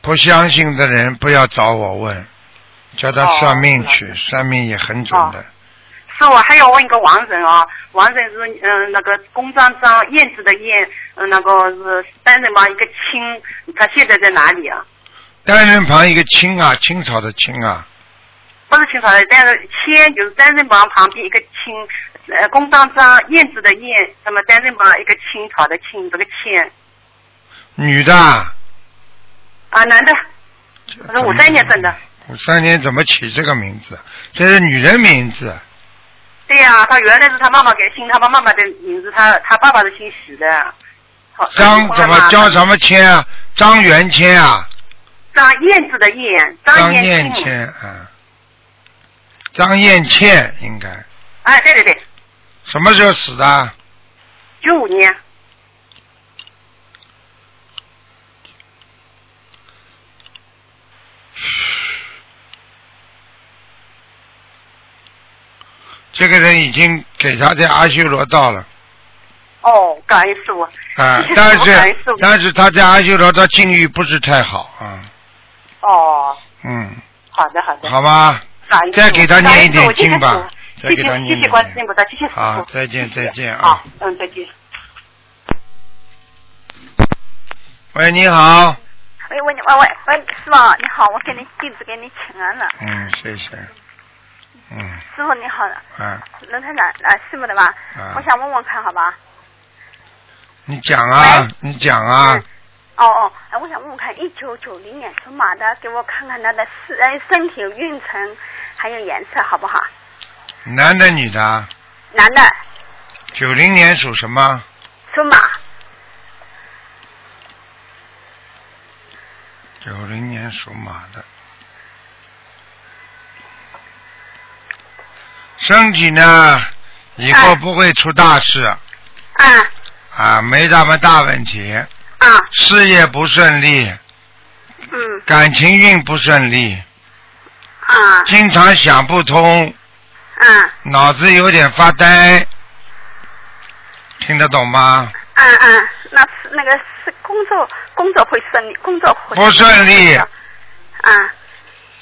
[SPEAKER 1] 不相信的人不要找我问，叫他
[SPEAKER 6] 哦
[SPEAKER 1] 算命
[SPEAKER 6] 好
[SPEAKER 1] 去，算命也很准的。
[SPEAKER 6] 师傅还要问一个王人啊，王人是嗯那个公章章燕子的燕，嗯那个是单人旁一个青，他现在在哪里啊？
[SPEAKER 1] 单人旁一个青啊，青草的青啊，
[SPEAKER 6] 不是清朝的，但是千就是单人旁旁边一个青，呃公章章燕子的燕，那么单人旁一个青草的青，这个千
[SPEAKER 1] 女的啊。
[SPEAKER 6] 啊男的，我是五三年生的。
[SPEAKER 1] 五三年怎么起这个名字？这是女人名字。
[SPEAKER 6] 对呀、他原来是他妈妈给姓，他妈妈的名字，他他爸爸是姓许的。好
[SPEAKER 1] 张怎么叫什么谦啊？张元谦啊，
[SPEAKER 6] 张燕子的燕，
[SPEAKER 1] 张
[SPEAKER 6] 燕
[SPEAKER 1] 燕
[SPEAKER 6] 青。
[SPEAKER 1] 谦啊，张燕倩应该
[SPEAKER 6] 哎，对对对，
[SPEAKER 1] 什么时候死的？
[SPEAKER 6] 九五年。
[SPEAKER 1] 这个人已经给他在阿修罗道了
[SPEAKER 6] 哦，感恩师傅。
[SPEAKER 1] 啊
[SPEAKER 6] 谢谢，
[SPEAKER 1] 但
[SPEAKER 6] 感恩
[SPEAKER 1] 是
[SPEAKER 6] 师傅
[SPEAKER 1] 但是他在阿修罗道境遇不是太好啊，
[SPEAKER 6] 哦，
[SPEAKER 1] 嗯，
[SPEAKER 6] 好的好的。
[SPEAKER 1] 好吧，
[SPEAKER 6] 感恩师傅，
[SPEAKER 1] 再给他念一
[SPEAKER 6] 感
[SPEAKER 1] 点
[SPEAKER 6] 恩师傅
[SPEAKER 1] 经吧，
[SPEAKER 6] 谢
[SPEAKER 1] 再
[SPEAKER 6] 谢
[SPEAKER 1] 给他念一
[SPEAKER 6] 嗯谢
[SPEAKER 1] 点
[SPEAKER 6] 谢观世音菩萨，谢谢师傅。
[SPEAKER 1] 好再见
[SPEAKER 6] 谢谢
[SPEAKER 1] 再见啊
[SPEAKER 6] 好，嗯，再见。
[SPEAKER 1] 喂，你好，
[SPEAKER 7] 哎喂喂你喂喂喂，师傅你好，我给你弟子给你请安了，
[SPEAKER 1] 嗯，谢谢，嗯
[SPEAKER 7] 师傅你好，
[SPEAKER 1] 啊
[SPEAKER 7] 轮台长啊师傅的吧？
[SPEAKER 1] 啊
[SPEAKER 7] 我，想问问看好吧？
[SPEAKER 1] 你讲啊，你讲啊
[SPEAKER 7] 嗯，哦哦，哎，我想问问看，一九九零年属马的，给我看看他的身哎身体运程还有颜色好不好？
[SPEAKER 1] 男的女的啊？
[SPEAKER 7] 男的
[SPEAKER 1] 九零年属什么？
[SPEAKER 7] 属马，
[SPEAKER 1] 九零年属马的，身体呢，以后
[SPEAKER 7] 哎
[SPEAKER 1] 不会出大事、
[SPEAKER 7] 啊
[SPEAKER 1] 啊，没什么大问题，
[SPEAKER 7] 啊
[SPEAKER 1] 事业不顺利，
[SPEAKER 7] 嗯
[SPEAKER 1] 感情运不顺利，
[SPEAKER 7] 啊
[SPEAKER 1] 经常想不通，
[SPEAKER 7] 啊
[SPEAKER 1] 脑子有点发呆，听得懂吗？
[SPEAKER 7] 啊啊，那是那个是工作工作会顺利，工作会
[SPEAKER 1] 不顺利
[SPEAKER 7] 啊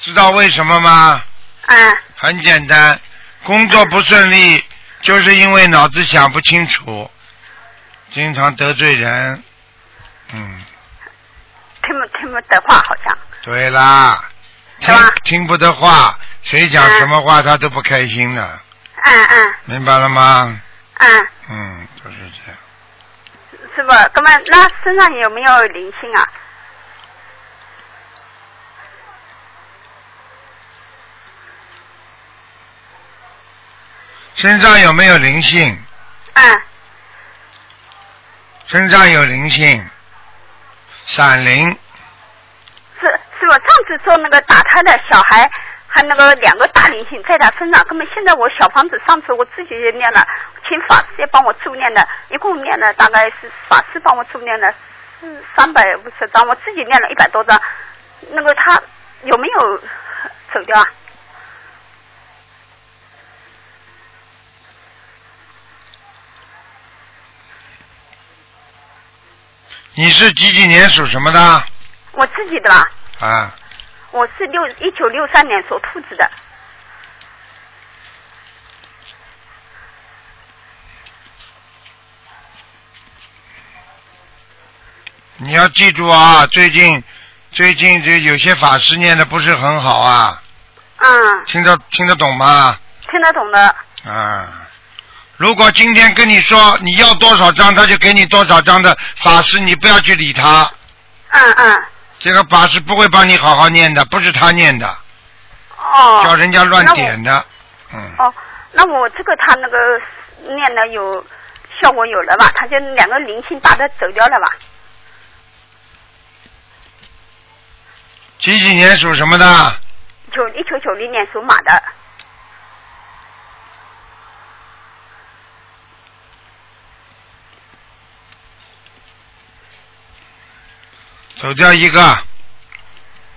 [SPEAKER 1] 知道为什么吗？
[SPEAKER 7] 啊
[SPEAKER 1] 很简单，工作不顺利，就是因为脑子想不清楚，经常得罪人。嗯，
[SPEAKER 7] 听不听不得话好像
[SPEAKER 1] 对啦，
[SPEAKER 7] 是
[SPEAKER 1] 听
[SPEAKER 7] 吧
[SPEAKER 1] 听不得话，谁讲
[SPEAKER 7] 嗯
[SPEAKER 1] 什么话他都不开心的，
[SPEAKER 7] 啊啊
[SPEAKER 1] 明白了吗？
[SPEAKER 7] 啊。
[SPEAKER 1] 嗯，就是这样。
[SPEAKER 7] 是不？那么那身上有没有灵性啊？
[SPEAKER 1] 身上有没有灵性？
[SPEAKER 7] 嗯，
[SPEAKER 1] 身上有灵性，闪灵，
[SPEAKER 7] 是是不？上次做那个打胎的小孩，还那个两个大灵性在他身上。那么现在我小房子，上次我自己也念了，请法师也帮我助念了，一共念了大概是法师帮我助念了是三百五十张，我自己念了一百多张。那个他有没有走掉啊？
[SPEAKER 1] 你是几几年属什么的？
[SPEAKER 7] 我自己的吧，
[SPEAKER 1] 啊，
[SPEAKER 7] 我是六一九六三年属兔子的。
[SPEAKER 1] 你要记住啊，最近最近这有些法师念的不是很好啊，
[SPEAKER 7] 嗯，
[SPEAKER 1] 听得听得懂吗？
[SPEAKER 7] 听得懂的。
[SPEAKER 1] 啊，如果今天跟你说你要多少张，他就给你多少张的法师，你不要去理他，
[SPEAKER 7] 嗯嗯。
[SPEAKER 1] 这个法师不会帮你好好念的，不是他念的，
[SPEAKER 7] 哦。
[SPEAKER 1] 叫人家乱
[SPEAKER 7] 那我哦
[SPEAKER 1] 点的，嗯，
[SPEAKER 7] 哦，那我这个他那个念了有效果有了吧？他就两个灵性打的走掉了吧？
[SPEAKER 1] 几几年属什么的？
[SPEAKER 7] 九一九九零年属马的，
[SPEAKER 1] 走掉一个，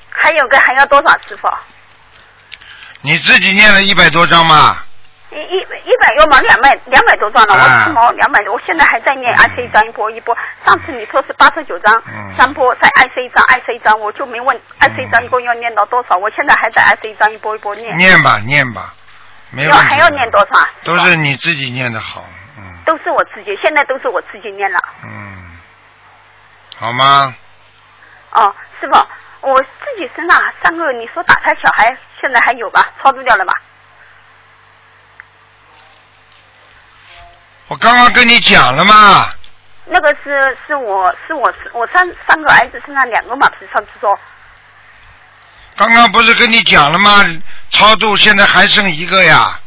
[SPEAKER 7] 还有个还要多少师傅？
[SPEAKER 1] 你自己念了一百多章嘛？
[SPEAKER 7] 一一一百要嘛两百哎两百多张了，
[SPEAKER 1] 啊
[SPEAKER 7] 我是毛两百多，我现在还在念，二十一张一波一波。上次你说是八十九张
[SPEAKER 1] 嗯，
[SPEAKER 7] 三波再二十一张，二十一张，我就没问二十一张一共要念到多少，我现在还在二十一张一波一波念。
[SPEAKER 1] 念吧，念吧，没
[SPEAKER 7] 要
[SPEAKER 1] 问题的。
[SPEAKER 7] 还要念多少啊？
[SPEAKER 1] 都是你自己念的好，嗯
[SPEAKER 7] 都是我自己，现在都是我自己念了。
[SPEAKER 1] 嗯，好吗？
[SPEAKER 7] 哦，师傅，我自己身上三个你说打胎小孩现在还有吧？超度掉了吧？
[SPEAKER 1] 我刚刚跟你讲了嘛，
[SPEAKER 7] 那个是是我是我是我三三个儿子身上两个嘛，不是上次说
[SPEAKER 1] 刚刚不是跟你讲了吗？超度现在还剩一个呀，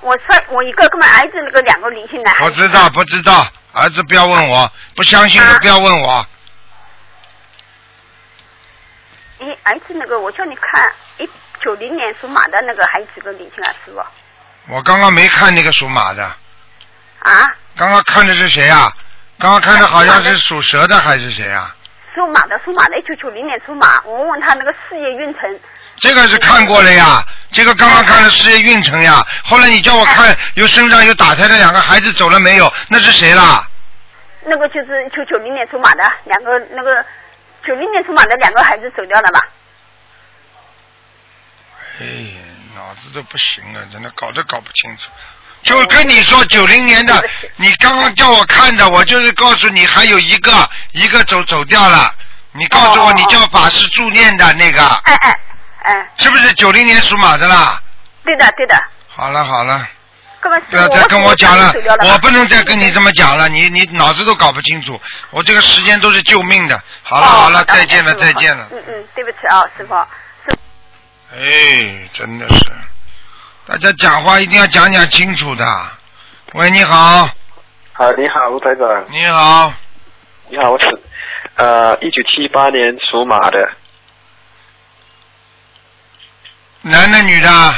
[SPEAKER 7] 我三我一个跟儿子那个两个灵性男孩
[SPEAKER 1] 我知道不知道，儿子不要问我，不相信
[SPEAKER 7] 啊
[SPEAKER 1] 的不要问我，
[SPEAKER 7] 哎，儿子那个，我叫你看，一九零年属马的那个，还有几个灵性啊，师傅
[SPEAKER 1] 我刚刚没看那个属马的，
[SPEAKER 7] 啊，
[SPEAKER 1] 刚刚看的是谁啊？刚刚看的好像是属蛇的还是谁啊？
[SPEAKER 7] 属马的，属马的，一九九零年属马，我问问他那个事业运程，
[SPEAKER 1] 这个是看过了呀，这个刚刚看了事业运程呀。后来你叫我看有身上有打胎的两个孩子走了没有？那是谁啦？
[SPEAKER 7] 那个就是一九九零年属马的两个那个。九零年属马的两个孩子走掉了吧？
[SPEAKER 1] 哎，脑子都不行了，真的搞都搞不清楚。就跟你说，九零年的，你刚刚叫我看的，我就是告诉你还有一个，一个走走掉了。你
[SPEAKER 7] 哦
[SPEAKER 1] 告诉我，你叫法师助念的那个，
[SPEAKER 7] 哎哎哎，
[SPEAKER 1] 是不是九零年属马的啦？
[SPEAKER 7] 对的对的，
[SPEAKER 1] 好了好了，
[SPEAKER 7] 根本是
[SPEAKER 1] 不要啊再跟我讲
[SPEAKER 7] 了
[SPEAKER 1] 了，，我
[SPEAKER 7] 吧
[SPEAKER 1] 不能再跟你这么讲了，你你脑子都搞不清楚，我这个时间都是救命的。好了
[SPEAKER 7] 哦
[SPEAKER 1] 好了，
[SPEAKER 7] 的
[SPEAKER 1] 再见了
[SPEAKER 7] 好的
[SPEAKER 1] 再见了。
[SPEAKER 7] 嗯嗯，对不起啊，师傅。
[SPEAKER 1] 哎，真的是，大家讲话一定要讲讲清楚的。喂，你好，
[SPEAKER 8] 啊，你好，卢台长，
[SPEAKER 1] 你好，
[SPEAKER 8] 你好，我是呃，一九七八年属马的
[SPEAKER 1] 男的女的，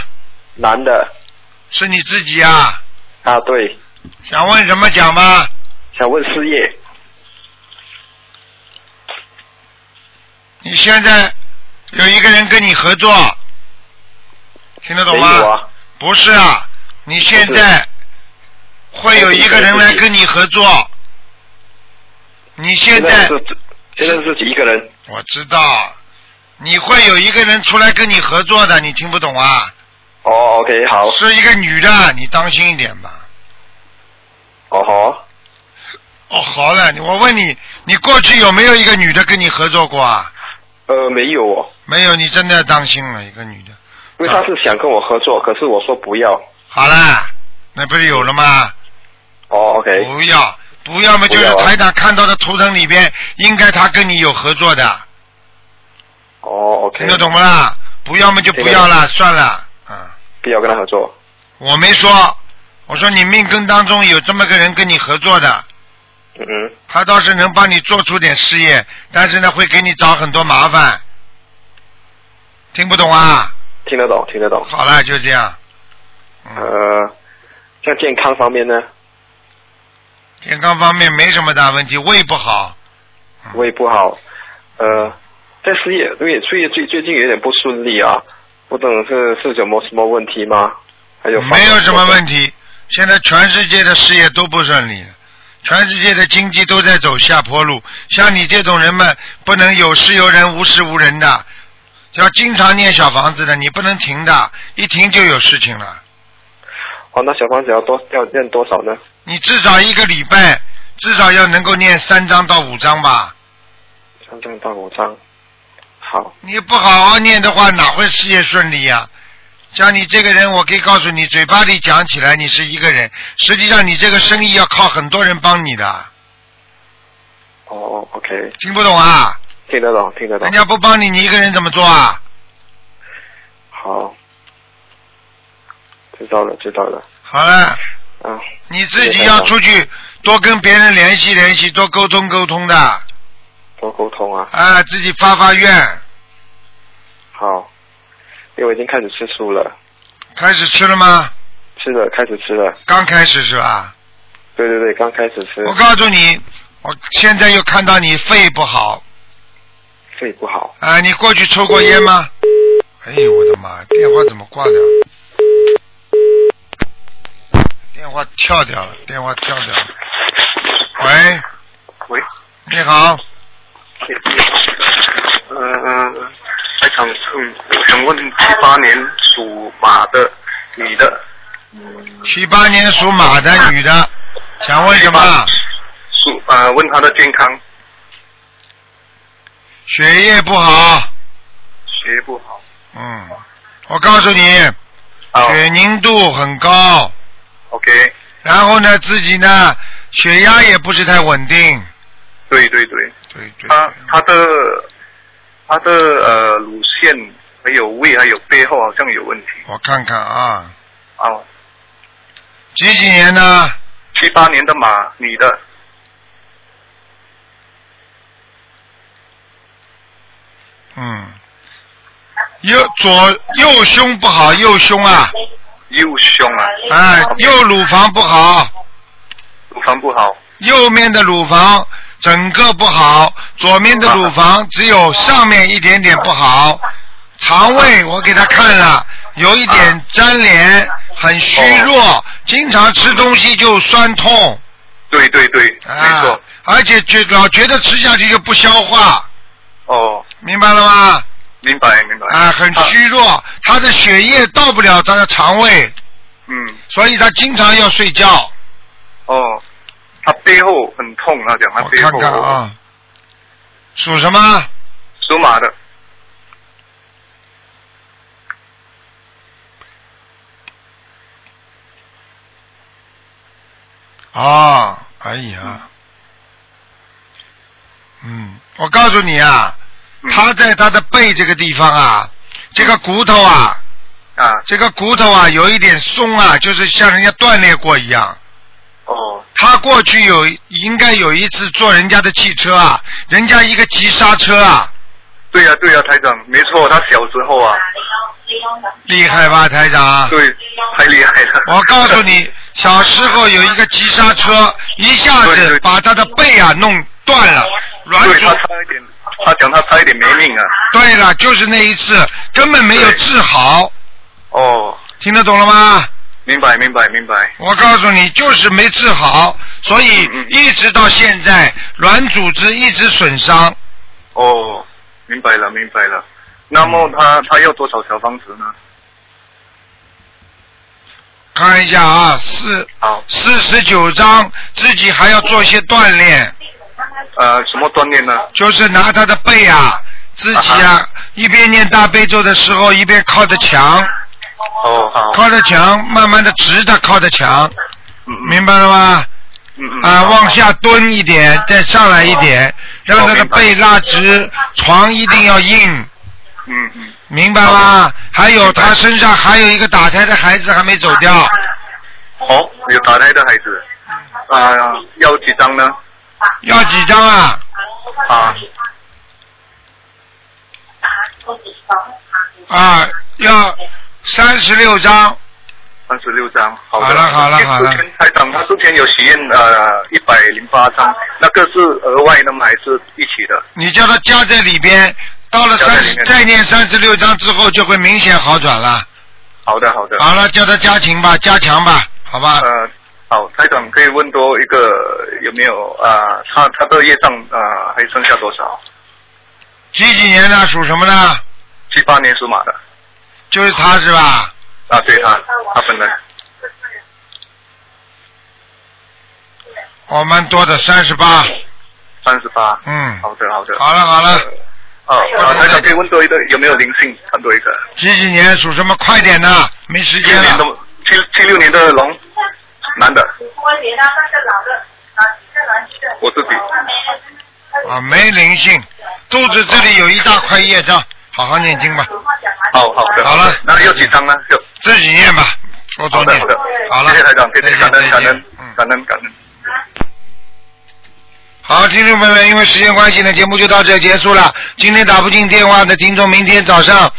[SPEAKER 8] 男的
[SPEAKER 1] 是你自己啊？
[SPEAKER 8] 啊，对，
[SPEAKER 1] 想问什么讲吧？
[SPEAKER 8] 想问事业
[SPEAKER 1] 你现在有一个人跟你合作，听得懂
[SPEAKER 8] 没
[SPEAKER 1] 吗？
[SPEAKER 8] 有啊？
[SPEAKER 1] 不是啊，你现在会有一个人来跟你合作。你现
[SPEAKER 8] 现
[SPEAKER 1] 在
[SPEAKER 8] 是自现在是自己一个人
[SPEAKER 1] 我知道，你会有一个人出来跟你合作的，你听不懂啊？
[SPEAKER 8] 哦，OK，好，
[SPEAKER 1] 是一个女的，你当心一点吧。
[SPEAKER 8] 哦吼，
[SPEAKER 1] 哦，好了，我问你，你过去有没有一个女的跟你合作过啊？
[SPEAKER 8] 呃，没有哦，
[SPEAKER 1] 没有，你真的要当心了，一个女的。
[SPEAKER 8] 因为他是想跟我合
[SPEAKER 1] 啊
[SPEAKER 8] 作，可是我说不要，
[SPEAKER 1] 好啦，那不是有了吗？
[SPEAKER 8] 哦，OK，
[SPEAKER 1] 不要，不要嘛，就
[SPEAKER 8] 不
[SPEAKER 1] 是
[SPEAKER 8] 要啊
[SPEAKER 1] 台长看到的图腾里边，应该他跟你有合作的。
[SPEAKER 8] 哦，OK，
[SPEAKER 1] 听得懂不啦？不要么就不要了，算了。嗯，
[SPEAKER 8] 不要跟他合作，
[SPEAKER 1] 我没说，我说你命根当中有这么个人跟你合作的，
[SPEAKER 8] 嗯嗯，
[SPEAKER 1] 他倒是能帮你做出点事业，但是呢会给你找很多麻烦。听不懂啊？
[SPEAKER 8] 听得懂，听得懂，
[SPEAKER 1] 好了，就这样。嗯，
[SPEAKER 8] 呃，像健康方面呢，
[SPEAKER 1] 健康方面没什么大问题，胃不好，嗯
[SPEAKER 8] 胃不好，呃，在事业，因为事业最最近有点不顺利啊，不懂是是什么什么问题吗？还有
[SPEAKER 1] 没有什么问题。现在全世界的事业都不顺利了，全世界的经济都在走下坡路。像你这种人们，不能有事有人，无事无人的，要经常念小房子的，你不能停的，一停就有事情了。
[SPEAKER 8] 哦，那小房子要多要念多少呢？
[SPEAKER 1] 你至少一个礼拜，至少要能够念三章到五章吧。
[SPEAKER 8] 三张到五张，好，
[SPEAKER 1] 你不好好念的话，哪会事业顺利呀、像你这个人，我可以告诉你，嘴巴里讲起来你是一个人，实际上你这个生意要靠很多人帮你的，
[SPEAKER 8] 哦，OK，
[SPEAKER 1] 听不懂啊？
[SPEAKER 8] 听得懂，听得懂
[SPEAKER 1] 人，家不帮你，你一个人怎么做啊？
[SPEAKER 8] 好，知道了，知道了，
[SPEAKER 1] 好了，
[SPEAKER 8] 啊，
[SPEAKER 1] 你自己要出去多跟别人联系联系，多沟通沟通的，
[SPEAKER 8] 多沟通啊。
[SPEAKER 1] 啊，自己发发愿。
[SPEAKER 8] 好，因为我已经开始吃素了，
[SPEAKER 1] 开始吃了吗？
[SPEAKER 8] 吃了开始吃了，
[SPEAKER 1] 刚开始是吧？
[SPEAKER 8] 对对对，刚开始吃，
[SPEAKER 1] 我告诉你，我现在又看到你肺不好
[SPEAKER 8] 肺不好。
[SPEAKER 1] 啊！你过去抽过烟吗？哎呦我的妈！电话怎么挂掉？电话跳掉了，电话跳掉了。喂，
[SPEAKER 8] 喂，
[SPEAKER 1] 你好，
[SPEAKER 8] 嗯、呃，我想嗯，我想问七八年属马的女的，
[SPEAKER 1] 七八年属马的女的，想问什么？
[SPEAKER 8] 属啊、问她的健康，
[SPEAKER 1] 血液不好，
[SPEAKER 8] 学不好。
[SPEAKER 1] 嗯，我告诉你，
[SPEAKER 8] 哦
[SPEAKER 1] 血凝度很高，
[SPEAKER 8] ，OK，
[SPEAKER 1] 然后呢，自己呢血压也不是太稳定。
[SPEAKER 8] 对对对，
[SPEAKER 1] 对对。
[SPEAKER 8] 她她的她的呃乳腺还有胃还有背后好像有问题
[SPEAKER 1] 我看看啊，
[SPEAKER 8] 啊。
[SPEAKER 1] 几几年呢？
[SPEAKER 8] 七八年的马女的，
[SPEAKER 1] 嗯，右左右胸不好，右胸啊，
[SPEAKER 8] 右胸啊，
[SPEAKER 1] 啊，右乳房不好，
[SPEAKER 8] 乳房不好，
[SPEAKER 1] 右面的乳房整个不好，左面的乳房只有上面一点点不好，肠胃我给他看了，有一点粘连，很虚弱，经常吃东西就酸痛，
[SPEAKER 8] 对对对，没
[SPEAKER 1] 啊
[SPEAKER 8] 错，，
[SPEAKER 1] 而且觉老觉得吃下去就不消化，
[SPEAKER 8] 哦，
[SPEAKER 1] 明白了吗？
[SPEAKER 8] 明白明白。
[SPEAKER 1] 啊，很虚弱，他的血液到不了他的肠胃，
[SPEAKER 8] 嗯，
[SPEAKER 1] 所以他经常要睡觉。
[SPEAKER 8] 哦，他背后很痛，他讲他
[SPEAKER 1] 我
[SPEAKER 8] 背
[SPEAKER 1] 看
[SPEAKER 8] 后。
[SPEAKER 1] 看啊，属什么？
[SPEAKER 8] 属马的，
[SPEAKER 1] 啊，哎呀，嗯，我告诉你啊，
[SPEAKER 8] 嗯
[SPEAKER 1] 他在他的背这个地方啊，这个骨头啊，
[SPEAKER 8] 啊，
[SPEAKER 1] 这个骨头啊有一点松啊，就是像人家断裂过一样。
[SPEAKER 8] 哦，
[SPEAKER 1] 他过去有应该有一次坐人家的汽车啊，人家一个急刹车啊，
[SPEAKER 8] 对呀、对呀、台长，没错，他小时候啊，
[SPEAKER 1] 厉害吧，台长？
[SPEAKER 8] 对，太厉害了。
[SPEAKER 1] 啊我告诉你， 小时候有一个急刹车，一下
[SPEAKER 8] 对
[SPEAKER 1] 子
[SPEAKER 8] 对
[SPEAKER 1] 把他的背啊弄断了，软
[SPEAKER 8] 对
[SPEAKER 1] 骨
[SPEAKER 8] 他。差一点，他讲他差一点没命啊。
[SPEAKER 1] 对了，就是那一次，根本没有
[SPEAKER 8] 对
[SPEAKER 1] 治好，
[SPEAKER 8] 哦，
[SPEAKER 1] 听得懂了吗？
[SPEAKER 8] 明白明白明白。
[SPEAKER 1] 我告诉你，就是没治好，所以
[SPEAKER 8] 嗯嗯
[SPEAKER 1] 一直到现在，软组织一直损伤。
[SPEAKER 8] 哦，明白了明白了。那
[SPEAKER 1] 嗯
[SPEAKER 8] 么他他要多少小房子呢？
[SPEAKER 1] 看一下啊，四
[SPEAKER 8] 好，
[SPEAKER 1] 四十九章，自己还要做一些锻炼，
[SPEAKER 8] 呃，什么锻炼呢？
[SPEAKER 1] 就是拿他的背啊，自己
[SPEAKER 8] 啊
[SPEAKER 1] 啊，一边念大悲咒的时候，一边靠着墙。
[SPEAKER 8] 哦，好，
[SPEAKER 1] 靠着墙，慢慢的直的靠着墙，
[SPEAKER 8] 嗯嗯
[SPEAKER 1] 明白了吗？
[SPEAKER 8] 嗯嗯，哦
[SPEAKER 1] 啊，
[SPEAKER 8] 好
[SPEAKER 1] 往下蹲一点，再上来一点，让他的背拉直，床一定要硬，
[SPEAKER 8] 嗯嗯，
[SPEAKER 1] 明白吗？还有他身上还有一个打胎的孩子还没走掉，
[SPEAKER 8] 哦，有打胎的孩子，啊、要几张呢？
[SPEAKER 1] 要几张啊？
[SPEAKER 8] 啊，
[SPEAKER 1] 啊，要三十六张。
[SPEAKER 8] 三十六张，好的。
[SPEAKER 1] 好了好了好了
[SPEAKER 8] 之前台长他之前有许愿呃一百零八张，那个是额外的吗？还是一起的？
[SPEAKER 1] 你叫他加在里边，到了
[SPEAKER 8] 加在
[SPEAKER 1] 三
[SPEAKER 8] 里
[SPEAKER 1] 十
[SPEAKER 8] 面
[SPEAKER 1] 再念三十六章之后就会明显好转了。
[SPEAKER 8] 好的好的。
[SPEAKER 1] 好了，叫他加勤吧，加强吧，好吧？
[SPEAKER 8] 呃，好，台长可以问多一个有没有啊、呃他他的业障啊、呃还剩下多少？
[SPEAKER 1] 几几年的属什么的？
[SPEAKER 8] 七八年属马的
[SPEAKER 1] 就是他是吧？
[SPEAKER 8] 啊，对他他本人
[SPEAKER 1] 哦，蛮多的，三十八。
[SPEAKER 8] 三十八。
[SPEAKER 1] 嗯，
[SPEAKER 8] 好的好的。
[SPEAKER 1] 好了好了，
[SPEAKER 8] 哦，啊台长可以问多一个有没有灵性？看多一个。
[SPEAKER 1] 几几年属什么？快点呐，没时
[SPEAKER 8] 七
[SPEAKER 1] 间
[SPEAKER 8] 六年的
[SPEAKER 1] 了。
[SPEAKER 8] 七七六年的龙，男的，
[SPEAKER 7] 啊
[SPEAKER 8] 我自己。
[SPEAKER 1] 啊，没灵性，肚子这里有一大块业障，好好念经吧，
[SPEAKER 8] 好好的，
[SPEAKER 1] 好了
[SPEAKER 8] 那要几张呢？就
[SPEAKER 1] 自己念吧，多多
[SPEAKER 8] 好的
[SPEAKER 1] 念
[SPEAKER 8] 好的。，
[SPEAKER 1] 好了，
[SPEAKER 8] 谢谢台长，谢
[SPEAKER 1] 再
[SPEAKER 8] 谢
[SPEAKER 1] 见
[SPEAKER 8] 感恩
[SPEAKER 1] 再
[SPEAKER 8] 感恩
[SPEAKER 1] 见，嗯。
[SPEAKER 8] 感恩感恩。
[SPEAKER 1] 好，听众朋友们，因为时间关系呢，节目就到这结束了。今天打不进电话的听众，明天早上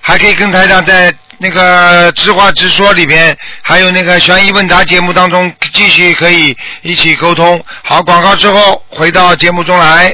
[SPEAKER 1] 还可以跟台长在那个直话直说里边，还有那个悬疑问答节目当中继续可以一起沟通。好，广告之后回到节目中来。